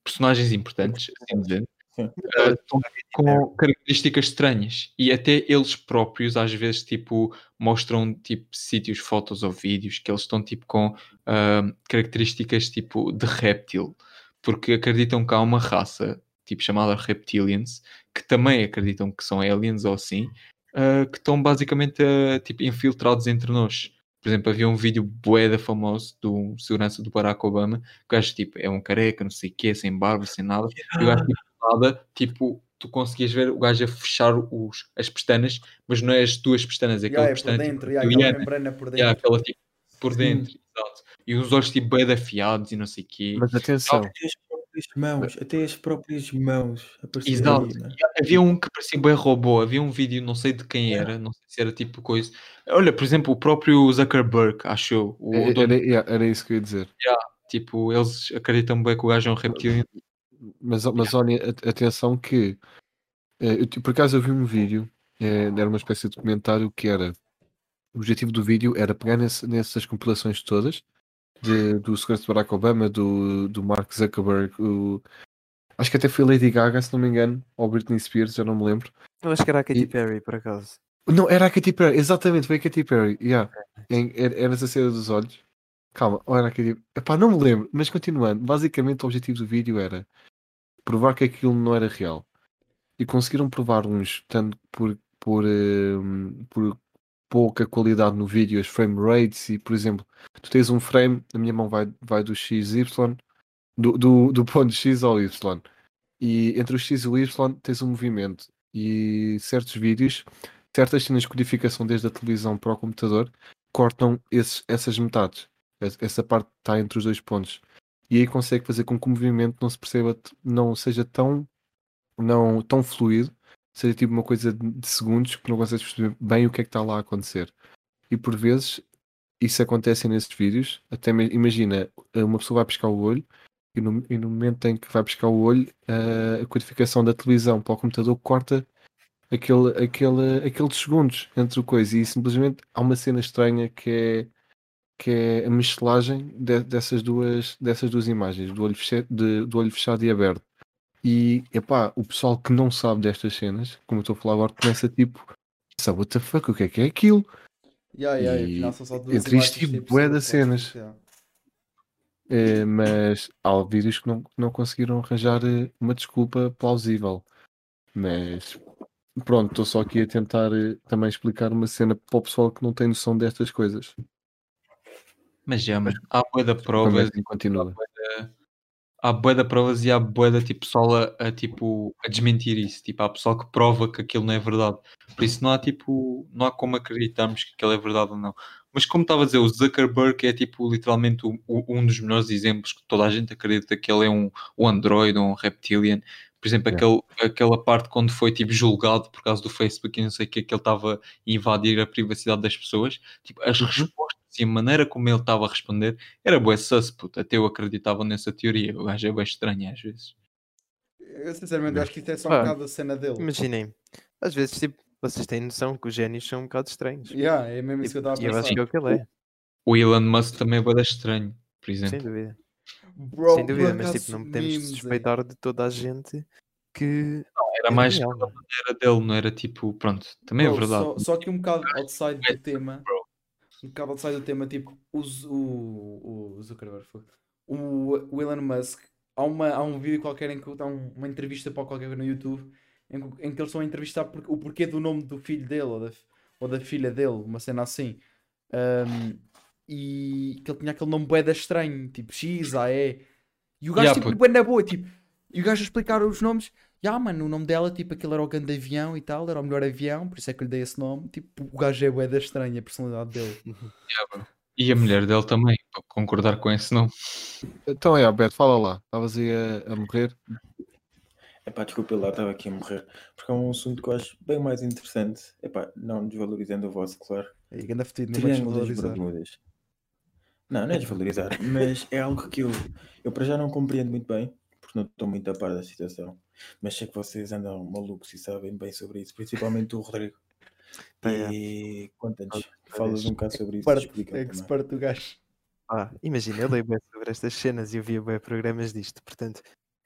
personagens importantes, assim dizendo,
Sim.
eh, estão com características estranhas e até eles próprios às vezes tipo mostram tipo sítios, fotos ou vídeos que eles estão tipo com ah, características tipo de réptil, porque acreditam que há uma raça tipo chamada reptilians que também acreditam que são aliens ou assim ah, que estão basicamente ah, tipo, infiltrados entre nós. Por exemplo, havia um vídeo boeda famoso do segurança do Barack Obama, que o gajo tipo, é um careca, não sei o quê, sem barba, sem nada, e o
Ah.
gajo tipo, do nada, tipo, tu conseguias ver o gajo a fechar os, as pestanas, mas não é as tuas pestanas, é aquela
Yeah, é por
pestana tipo,
dentro, yeah, aquela
reptiliana,
membrana por dentro.
yeah, aquela tipo por dentro, exato. E os olhos tipo boeda afiados e não sei o quê.
Mas atenção,
Até as próprias mãos, até as próprias mãos apareceram
Exato.
ali, é? mano.
Havia um que parecia bem robô, havia um vídeo, não sei de quem era, não sei se era tipo coisa. Olha, por exemplo, o próprio Zuckerberg, acho eu, o
é-
dono,
era, yeah, era isso que eu ia dizer.
tipo, eles acreditam bem que o gajo é um reptiliano.
Mas, mas olha, a- atenção que eh, eu, ti- por acaso eu vi um vídeo, eh, era uma espécie de documentário que era o objetivo do vídeo era pegar nesse- nessas compilações todas de- do segurança de Barack Obama, do, do Mark Zuckerberg, o- acho que até foi Lady Gaga, se não me engano, ou Britney Spears, já não me lembro.
Eu acho que era a Katy
E-
Perry, por acaso.
Não, era a Katy Perry, exatamente, foi a Katy Perry. Yeah. Em- era, era essa cena dos olhos. Calma, ou era a Katy Epá, não me lembro, mas continuando, basicamente o objetivo do vídeo era provar que aquilo não era real. E conseguiram provar uns, tanto por, por, hum, por pouca qualidade no vídeo, as frame rates, e por exemplo, tu tens um frame, a minha mão vai, vai do XY, do, do, do ponto X ao Y. E entre o X e o Y tens um movimento. E certos vídeos certas cenas de codificação desde a televisão para o computador cortam esses- essas metades. Es- Essa parte que está entre os dois pontos. E aí consegue fazer com que o movimento não se perceba, t- não seja tão, não, tão fluido, seja tipo uma coisa de de segundos que não consegues perceber bem o que é que está lá a acontecer. E por vezes isso acontece nesses vídeos. Até me- imagina, uma pessoa vai pescar o olho e no, e no momento em que vai pescar o olho, a- a codificação da televisão para o computador corta aquele, aquele, aqueles segundos entre o coisa e simplesmente há uma cena estranha que é, que é a mesclagem de- dessas, duas, dessas duas imagens, do olho, feche, de- do olho fechado e aberto. E epá, o pessoal que não sabe destas cenas, como eu estou a falar agora, começa tipo, sabe what the fuck, o que é que é aquilo?
Yeah, yeah,
E
afinal são só duas
entre isto
imagens,
e
tipo,
bué
são
de
duas
cenas.
fotos, yeah.
Eh, mas há vídeos que não, que não conseguiram arranjar eh, uma desculpa plausível. Mas pronto, estou só aqui a tentar eh, também explicar uma cena para o pessoal que não tem noção destas coisas.
Mas já, mas há boa da provas,
Provas e continua.
há boa da provas e há boa da tipo pessoal a, a, tipo a desmentir isso. Tipo, há pessoal que prova que aquilo não é verdade. Por isso não há tipo, não há como acreditarmos que aquilo é verdade ou não. Mas como estava a dizer, o Zuckerberg é tipo literalmente o- o- um dos melhores exemplos que toda a gente acredita que ele é um, um android ou um reptilian. Por exemplo,
Yeah.
aquele, aquela parte quando foi tipo julgado por causa do Facebook e não sei o que, que ele estava a invadir a privacidade das pessoas. Tipo, as respostas e a maneira como ele estava a responder era bué sus, puto. Até eu acreditava nessa teoria. O gajo é bué estranho às vezes.
Eu sinceramente acho que isto é só um
Pá,
bocado a cena dele.
Imaginem, às vezes, tipo, vocês têm noção que os génios são um bocado estranhos.
Yeah, é mesmo isso que eu estava a
E eu acho
pensar.
que é o que ele é,
O Elon Musk também é bué da estranho, por
sem
exemplo.
dúvida.
Bro,
Sem
por
dúvida, mas
acaso,
tipo, não podemos
memes, é.
suspeitar de toda a gente que.
Era
é
mais
genial,
pela
mano.
maneira dele, não era tipo, pronto, também é
Bro,
verdade.
Só, só que um bocado outside do tema.
bro.
Um bocado outside do tema, tipo, o, Z- o, o Zuckerberg foi. O, o Elon Musk. Há, uma, há um vídeo qualquer em que há um- uma entrevista para qualquer no YouTube em, que- em que eles estão a entrevistar por- o porquê do nome do filho dele ou da, fi- ou da filha dele, uma cena assim. Ahm, e que ele tinha aquele nome boeda estranho, tipo X, A, E. E o gajo,
Yeah,
tipo,
puto.
bué na boa, tipo, e o gajo a explicar os nomes. Ya, mano, o nome dela, tipo, aquele era o grande avião e tal, era o melhor avião, por isso é que eu lhe dei esse nome. Tipo, o gajo é bué da estranha, a personalidade dele.
E a mulher dele também, para concordar com esse nome.
Então é, Beto, fala lá. Estavas aí a, a morrer.
Epá, desculpa, eu lá estava aqui a morrer. Porque é um assunto que eu acho bem mais interessante. Epá, não desvalorizando a voz, claro.
É, grande fedido, não vai
Triângulo das
desvalorizar.
Bermudas. Não, não é desvalorizar, mas é algo que eu, eu para já não compreendo muito bem, porque não estou muito a par da situação. Mas sei que vocês andam malucos e sabem bem sobre isso, principalmente o Rodrigo.
Pá, é.
E conta-nos, falas um bocado sobre isso,
Parte-
explica
É
também.
que se parte do gajo.
Ah, imagina, eu leio bem sobre estas cenas e eu via bem programas disto, portanto,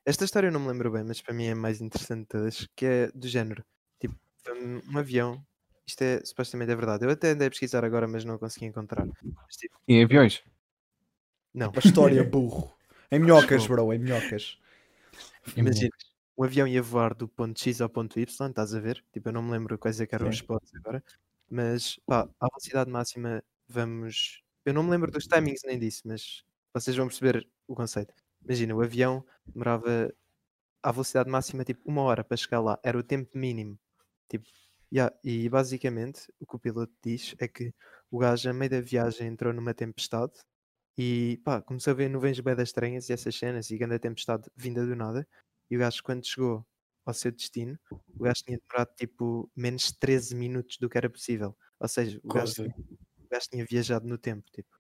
esta história eu não me lembro bem, mas para mim é a mais interessante de todas, que é do género, tipo, foi um um avião, isto é supostamente é verdade, eu até andei a pesquisar agora, mas não consegui encontrar, mas tipo,
Em aviões.
não,
Uma história burro. Em minhocas, bro, em minhocas.
imagina, um avião ia voar do ponto X ao ponto Y, estás a ver? Tipo, eu não me lembro quais é que eram os
Sim.
spots agora, mas pá, à velocidade máxima vamos. Eu não me lembro dos timings nem disso, mas vocês vão perceber o conceito. Imagina, o avião demorava à velocidade máxima tipo uma hora para chegar lá, era o tempo mínimo. Tipo, yeah, e basicamente o que o piloto diz é que o gajo, a meio da viagem, entrou numa tempestade e pá, começou a ver nuvens bem estranhas e essas cenas e grande tempestade vinda do nada. E o gajo, quando chegou ao seu destino, o gajo tinha demorado tipo menos de 13 minutos do que era possível. Ou seja, o gajo,
Quase.
o gajo tinha viajado no tempo. Tipo,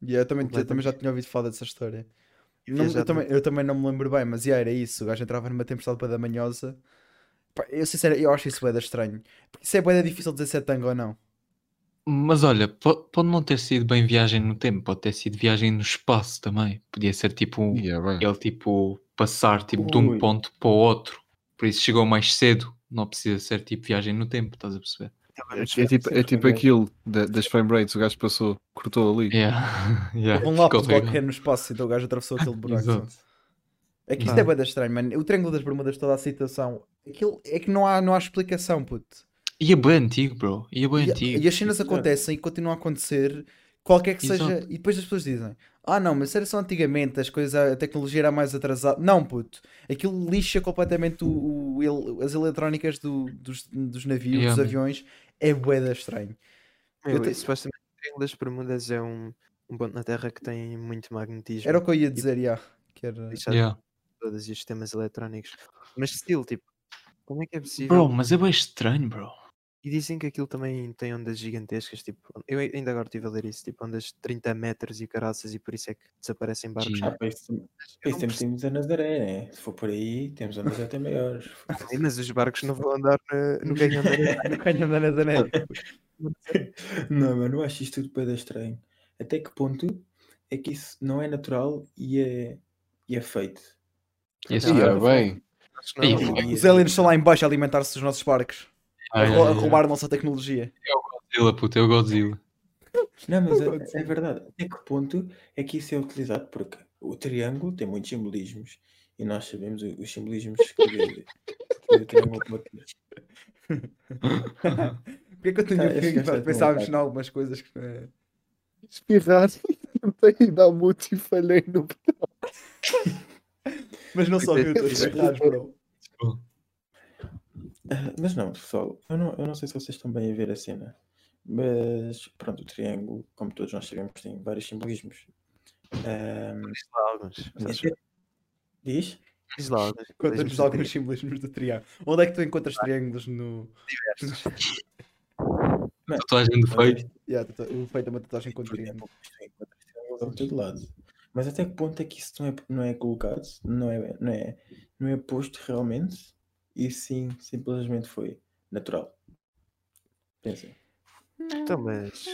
E eu também, eu também já tinha ouvido falar dessa história. Não- eu,
viajado no
também, eu também não me lembro bem, mas yeah, era isso. O gajo entrava numa tempestade para da manhosa. Pá, eu, sincero, eu acho isso boeda estranho. Porque isso é boeda difícil dizer se é tango ou não.
Mas olha, po- pode não ter sido bem viagem no tempo, pode ter sido viagem no espaço também. Podia ser tipo um-
Yeah, é bem.
ele tipo passar tipo de um
Ui.
ponto para o outro. Por isso chegou mais cedo. Não precisa ser tipo viagem no tempo, estás a perceber?
tempo,
é
no
É
espaço.
tipo, é tipo
Sim,
aquilo da- das frame rates, o gajo passou, cortou ali.
Yeah. yeah.
Um lápis
É, ficou horrível.
qualquer no espaço, então o gajo atravessou aquele buraco.
Exato.
É que isto
Pá.
é boeda estranho, mano. O Triângulo das Bermudas, toda a situação. Aquilo é que não há, não há explicação, puto.
E é bem antigo, bro. E é bem
E,
antigo.
e as cenas acontecem e continuam a acontecer, qualquer que seja.
Exato.
E depois as pessoas dizem: Ah, não, mas era só antigamente, as coisas, a tecnologia era mais atrasada. Não, puto, aquilo lixa completamente o, o- ele- as eletrónicas do- dos, dos navios,
Yeah,
dos
man.
aviões. É boeda estranho.
Meu,
Eu te-
e supostamente o Triângulo das Bermudas é um, um ponto na Terra que tem muito magnetismo.
Era o que eu ia dizer, já. Que era...
lixado
Yeah.
todas e os sistemas eletrónicos. Mas still, tipo, como é que é possível?
Bro, mas é bem estranho, bro.
E dizem que aquilo também tem ondas gigantescas, tipo, on- eu ai- ainda agora estive a ler isso, tipo, ondas de 30 metros e caraças e por isso é que desaparecem barcos.
Ah,
Sim.
para isso, para
Eu
isso
não
temos, temos a Nazaré, né? Se for por aí, temos a Nazaré até maiores.
percebi, mas os barcos não vão andar na- no é ganho andar.
Não ganho nada da neve.
Não, mano, eu acho isto tudo bem estranho. Até que ponto é que isso não é natural e é, e é feito?
E assim,
Yeah,
yeah.
é bem.
acho que não.
Sim.
E
Os
é-
aliens estão lá em baixo a alimentar-se dos nossos barcos, a,
yeah,
rou- a
yeah.
roubar a nossa tecnologia.
Godzilla, puto, é o Godzilla.
Não, mas
Pode
é, é verdade. Até que ponto é que isso é utilizado? Porque o triângulo tem muitos simbolismos e nós sabemos o- os simbolismos que, que o triângulo pode ter.
Porquê que eu tenho
Ah, esse gajo
que
é tão
pensarmos em
otário.
algumas coisas que não é?
Espirrar, tentei dar muito e falhei no.
Mas não só viu todos os bro.
Ah, Mas não, pessoal, eu não, eu não sei se vocês estão bem a ver a cena. Mas pronto, o triângulo, como todos nós sabemos, tem vários simbolismos. Ahm,
Diz lá alguns.
até- Diz?
Diz lá alguns.
Conta-nos
assim.
alguns simbolismos do triângulo. Onde é que tu encontras triângulos no.
Tatuagem do feito.
Yeah, tatu- o feito é uma tatuagem com
Porque é
triângulo.
pouco estranho, em todo lado. Mas até que ponto é que isso não é, não é colocado? Não é, não, é, não é posto realmente? E sim, simplesmente foi natural. Pensem.
Então, mas.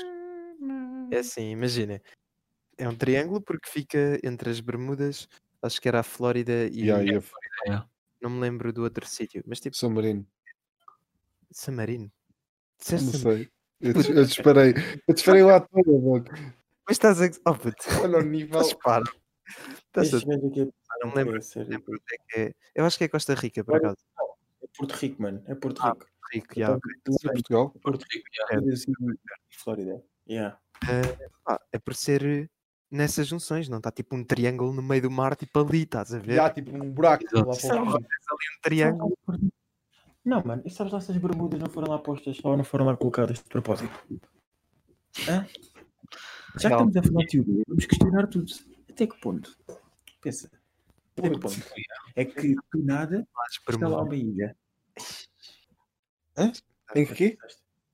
É assim, imagina. É um triângulo porque fica entre as Bermudas, acho que era a Flórida e.
Yeah, yeah.
Não me lembro do outro sítio, mas tipo,
é São Marino.
San Marino.
Não
Disseste San-
sei. Eu, dis- eu disparei. Eu disparei lá todo, mano.
Mas estás a. Oh, puto,
Olha o nível.
estás para. Estás a.
Este gajo aqui é-
Tá Não me lembro.
é sério.
lembro onde é que é. Eu acho que é Costa Rica, por
Olha,
acaso.
É Porto Rico, mano. É Porto
Ah,
Rico. Então,
Rico,
Eu
yeah,
tava-
Isso é Portugal.
Porto Rico,
é.
e Flórida. Yeah.
Ah, é por ser eh, nessas junções, não está tipo um triângulo no meio do mar, tipo ali, estás a ver?
Yeah, tipo um buraco
Exato.
lá para o fundo.
Um triângulo.
Não, mano. E sabes lá se as bermudas não foram lá postas ou não foram lá colocadas de propósito? Hã? Já que
Não.
estamos a falar de teoria, vamos questionar tudo. Até que ponto? Pensa. Até que
Putz.
ponto? É que do nada
Mas, por
está lá
amor.
uma ilha.
É
Em que quê?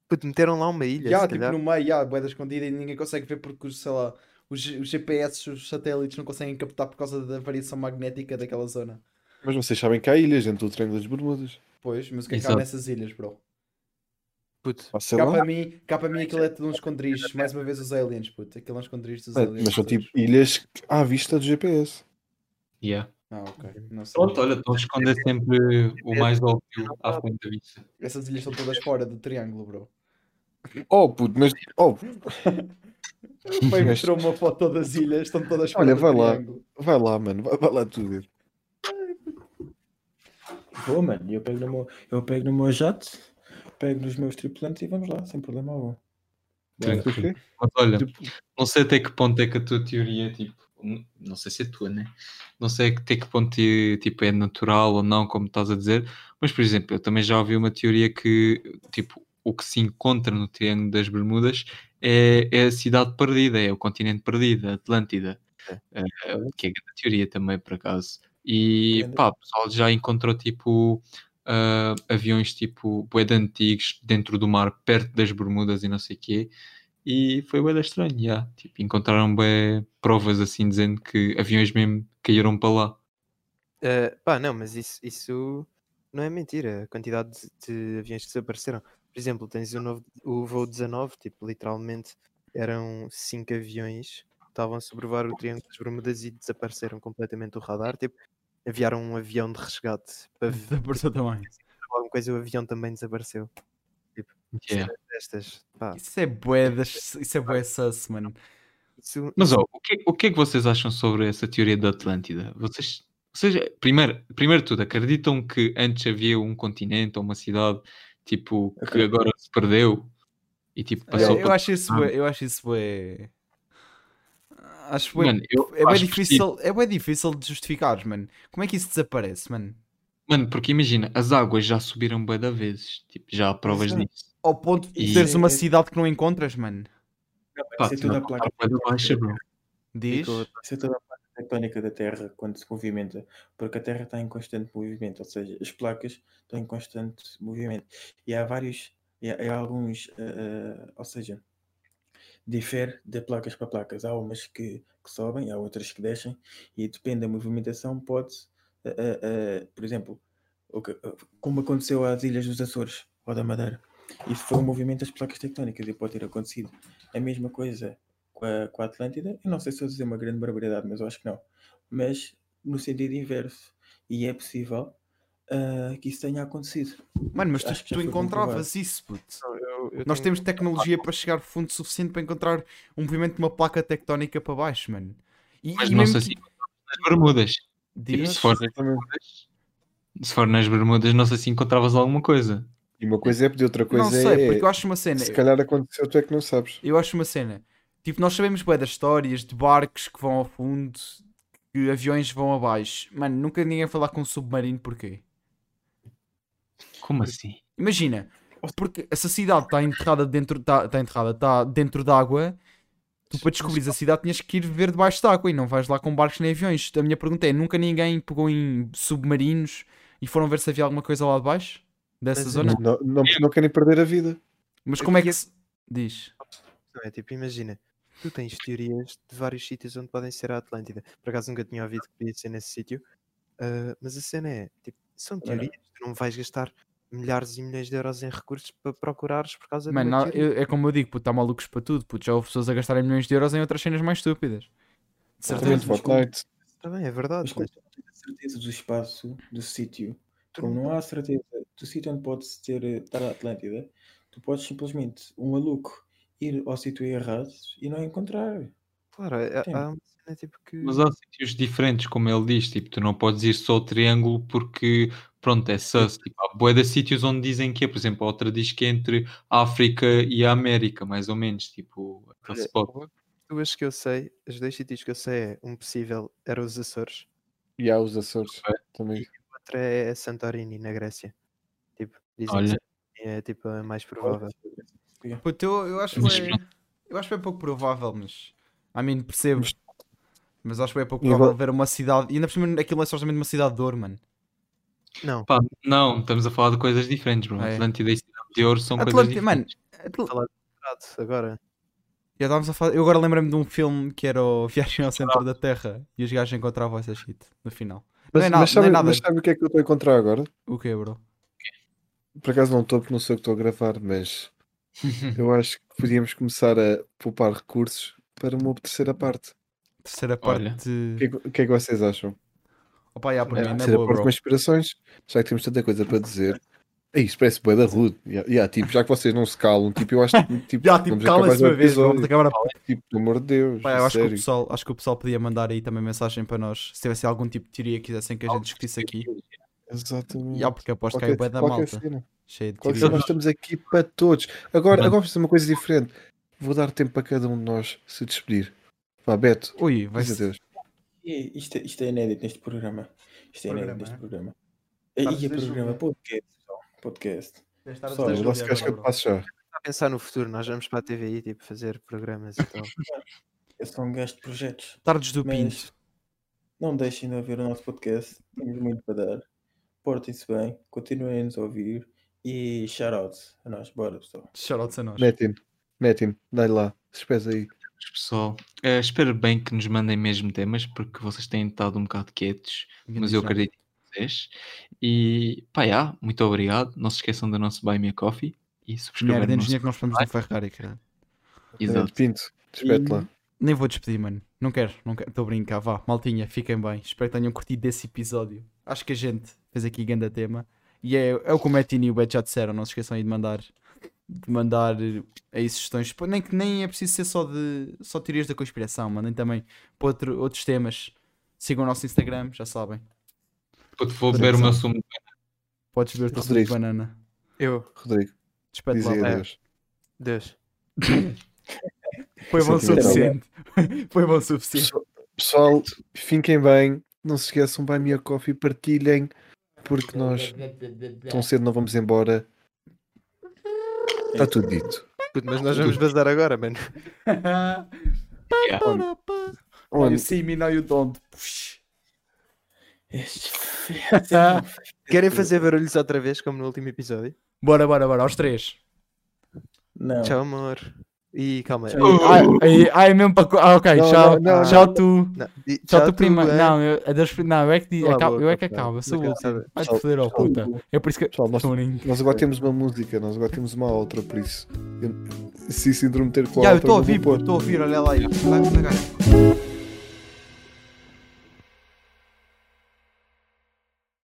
Puto, meteram lá uma ilha,
Yeah,
se
tipo
calhar.
no meio, yeah, boeda escondida e ninguém consegue ver porque, os, sei lá, os, G- os GPS, os satélites não conseguem captar por causa da variação magnética daquela zona.
Mas vocês sabem que há ilhas dentro do Triângulo das Bermudas.
Pois, mas o que é que há
Exato.
nessas ilhas, bro?
Puto,
Ou sei
Cá
lá.
para mim, cá para mim aquilo é tudo um esconderijo. Mais uma vez os aliens, puto. Aquilo é um esconderijo dos aliens.
Mas são
todos.
tipo ilhas à vista do GPS.
Yeah.
Ah, ok. Não sei.
Pronto, olha, estão a esconder sempre o mais óbvio à frente da vista.
Essas ilhas estão todas fora do triângulo, bro.
Oh, puto, mas. Oh,
O pai mostrou uma foto das ilhas, estão todas fora
Olha,
do
vai lá.
triângulo.
vai lá, mano. Vai, vai lá tudo.
Vou, mano. Eu pego, no meu, eu pego no meu jato, pego nos meus tripulantes e vamos lá, sem problema algum. Bora.
Tranquilo. Mas olha, não sei até que ponto é que a tua teoria, tipo, n- não sei se é tua, né? Não sei até que ponto eh, tipo, é natural ou não, como estás a dizer, mas por exemplo, eu também já ouvi uma teoria que, tipo, o que se encontra no Triângulo das Bermudas é, é a cidade perdida, é o continente perdido, a Atlântida, Eh, que é a teoria também, por acaso. E
Grande.
pá, o pessoal já encontrou tipo ah, aviões tipo bué de antigos dentro do mar, perto das Bermudas e não sei o quê. E foi bem estranho, já. Tipo, encontraram bem provas assim dizendo que aviões mesmo caíram para lá.
eh, pá, não, mas isso, isso não é mentira. A quantidade de, de aviões que desapareceram. Por exemplo, tens o, novo, o voo 19, tipo, literalmente eram cinco aviões que estavam a sobrevoar o Triângulo das Bermudas e desapareceram completamente do radar. Tipo, enviaram um avião de resgate para ver
Desapareceu também.
alguma coisa e o avião também desapareceu.
Yeah.
Destas, pá,
Isso é bué, das- isso é bué sus, mano.
isso
Mas ó, o, que, o que é que vocês acham sobre essa teoria da Atlântida? Vocês, vocês primeiro, primeiro de tudo, acreditam que antes havia um continente ou uma cidade tipo que
Acredito.
agora se perdeu e tipo passou
É, eu,
para.
acho isso
Ah.
bué, eu acho isso bué. Acho bué.
Mano, eu
é bem
acho que tipo, sim.
difícil, é bem difícil de justificares, mano. Como é que isso desaparece, mano?
Mano, porque imagina, as águas já subiram bué da vezes, tipo, já há provas
Exato.
disso.
Ao ponto de
E-
teres uma
É-
cidade que não encontras, mano.
Pá,
Isso é
tu não
toda a placa.
bué da baixa, bro.
Diz?
ficou-
Isso é toda a parte tectónica da Terra quando se movimenta, porque a Terra está em constante movimento, ou seja, as placas estão em constante movimento. E há vários, e há, e há alguns, eh, eh, ou seja, difere de placas para placas. Há umas que, que sobem, há outras que descem, e depende da movimentação, pode, eh, eh, eh, por exemplo, o que- como aconteceu às Ilhas dos Açores ou da Madeira. Isso foi um movimento das placas tectónicas e pode ter acontecido. A mesma coisa com a, com a Atlântida. Eu não sei se estou a dizer uma grande barbaridade, mas eu acho que não. Mas no sentido inverso. E é possível ah, que isso tenha acontecido.
Mano, mas
Acho
tu,
que já
tu
foi
encontravas isso, puto.
Eu- eu
Nós
tenho-
temos tecnologia para chegar fundo suficiente para encontrar um movimento de uma placa tectónica para baixo, mano. E,
Mas
e
não
mesmo
sei
que-
se nas Bermudas. Tipo,
Diz?
se for nas Bermudas, se for nas Bermudas, não sei se encontravas alguma coisa.
E uma coisa é pedir, outra coisa
não sei,
é.
porque eu acho uma cena.
Se calhar aconteceu, tu é que não sabes.
Eu acho uma cena. Tipo, nós sabemos bué das histórias de barcos que vão ao fundo, que aviões vão abaixo. Mano, nunca ninguém falar com um submarino porquê?
Como assim?
Imagina, Porque essa cidade está enterrada dentro, está está enterrada, está dentro de água. Tu para descobrir a cidade tinhas que ir ver debaixo de água e não vais lá com barcos nem aviões. A minha pergunta é, nunca ninguém pegou em submarinos e foram ver se havia alguma coisa lá de baixo? Dessa
Mas
zona?
Não, não,
É.
não querem perder a vida.
Mas como é que
Havia-
se... Diz.
Não é? Tipo, imagina, tu tens teorias de vários sítios onde podem ser a Atlântida. Por acaso nunca tinha ouvido que podia ser nesse sítio. Ah, mas a cena é, tipo, são
Olha.
teorias, tu não vais gastar milhares e milhões de euros em recursos para procurares por causa
Mano,
de uma
na-
teoria.
eu- é como eu digo, puto, há malucos para tudo, puto. Já houve pessoas a gastarem milhões de euros em outras cenas mais estúpidas. De certeza.
Exatamente, Fortnite.
Tá bem, é
Ah,
verdade,
Mas como
mas
tu não tens a certeza do espaço, do sítio,
tu
como
não-
não há certeza do sítio onde podes ter, eh, estar a Atlântida, tu podes simplesmente, um maluco, ir ao sítio errado e não encontrar.
claro, é, há,
Sim.
há uma cena tipo que...
Mas há sítios diferentes, como ele diz, tipo, tu não podes ir só ao triângulo porque, pronto, é sus. Tipo, há bué de sítios onde dizem que é, por exemplo, a outra diz que é entre a África e a América, mais ou menos, tipo, aquele
Olha,
spot.
logo, Duas que eu sei, os dois sítios que eu sei é um possível era os Açores,
E há os Açores
É.
também.
outra é Santorini, na Grécia. Tipo, dizem
Olha.
que é tipo a mais provável.
Puto, eu, eu acho
Mas
que é, eu acho que é pouco provável, mas a mim percebo. Mas acho que é pouco
E agora-
provável ver uma cidade. E ainda por cima aquilo é somente uma cidade de ouro, mano.
Não,
Pá, não, estamos a falar de coisas diferentes, bro.
É.
Atlântida e Cidade de Ouro são coisas
Atlântico,
diferentes.
mano,
errado, agora.
já estávamos a falar. Eu agora lembrei-me de um filme que era o Viagem ao Centro da Terra e os gajos encontravam essa shit no final. Não
Mas,
é nada,
mas
não é
sabe,
nada.
mas sabe o que é que eu estou a encontrar agora?
O que bro?
Por acaso não estou, porque não sei o que estou a gravar, mas eu acho que podíamos começar a poupar recursos para uma terceira parte.
Terceira parte
Olha.
O que,
de.
é que- o que é que vocês acham?
Opa, já, por
É,
mim, na
terceira
boa,
parte
bro.
com inspirações, já que temos tanta coisa para dizer. Ei, Isto parece bué da rude. Ya- ya, tipo, já que vocês não se calam, tipo, eu acho que tipo,
Já, tipo,
vamos acabar
cala-se
já o
uma vez, bro.
episódio.
Vamos acabar a
Tipo, pelo amor de Deus,
Pá, eu
a
acho que, o
sério.
pessoal, acho que o pessoal podia mandar aí também mensagem para nós se tivesse algum tipo de teoria que quisessem que a gente discutisse aqui.
Exatamente.
E há porque aposto que é o bué da
qualquer
malta.
cena.
Cheio de
Qualquer-
teorias.
Nós estamos aqui para todos. Agora,
Mano.
agora vou fazer uma coisa diferente. Vou dar tempo para cada um de nós se despedir. Vá, Beto.
Ui, vai
Diz
ser.
adeus.
E isto, é- isto é inédito neste programa. Isto é
Programa,
inédito neste
é?
programa.
Estás
E é
a
programa,
julgar.
podcast, pessoal, podcast.
Só, o nosso é gajo que eu passo já.
a pensar no futuro, nós vamos para a TVI, tipo, fazer programas e tal.
Eu sou um gajo de projetos.
Tardes do
Mas-
Pinto.
Não deixem de ouvir o nosso podcast. Temos muito para dar. Portem-se bem, continuem a nos ouvir. E shout out a nós. Bora, pessoal.
Shoutouts a nós.
Mete-me. Mete-me. Dá-lhe lá. Despesa aí.
Pessoal, eh, espero bem que nos mandem mesmo temas, porque vocês têm estado um bocado quietos. mas eu acredito em vocês. E pá, já, muito obrigado. Não se esqueçam do nosso Buy Me a Coffee e
Merda,
subscrever o
menos
nosso...
dinheiro que nós fomos no Ferrari, cara.
Exato.
Eh, Pinto. Despede
E-
lá.
Nem vou despedir, mano. Não quero, não quero. Estou a brincar, vá. Maltinha, fiquem bem. Espero que tenham curtido esse episódio. Acho que a gente fez aqui grande tema. E é, é o que o Metin e o Bet já disseram. Não se esqueçam aí de mandar, de mandar eh, aí sugestões. Pô, Nem, que- nem é preciso ser só de só teorias da conspiração, mandem também para outro- outros temas. Sigam o nosso Instagram, já sabem.
Quando for beber o meu sumo de
Podes ver o teu suco de
Rodrigo.
banana.
Eu,
Rodrigo.
Despede lá.
Dizem
é.
adeus.
Deus.
Foi bom o
Sentimental.
suficiente. Foi bom o suficiente.
Pessoal- Pessoal, fiquem bem. Não se esqueçam. Buy Me a Coffee. Partilhem. Porque nós Então, tão cedo não vamos embora. Está tudo dito.
Puto, Mas nós vamos bazar agora, mano.
Yeah.
Olha, you see me, now you don't. Puxa.
Este
Ah.
Querem fazer barulhos outra vez, como no último episódio?
Bora, bora, bora, aos três.
Não.
Tchau, amor. E calma aí.
Tchau. Oh.
Ah, aí- ah, é mesmo para. co- Ah, ok,
Uh. Não,
tchau.
não, é. não,
tchau, tu.
Não, e
Tchau, tu,
tu,
primeiro.
hein?
Não, eu, adeus, pri- não, eu é que, di-
Cala a
acabo, eu
boca,
é que
pá.
acabo, eu sou o
Nunca
último.
sabe.
Vai te
Tchau,
foder, ó
tchau,
puta. É por isso que.
Pessoal, nós,
Estou a brincar.
nós agora temos uma música. Nós agora temos uma outra, por isso. Eu- Se isso intermeter com a
Já, eu
outra,
estou a
não vou
ouvir, pô,
pôr.
estou a ouvir, olha lá aí. Vai me cagar.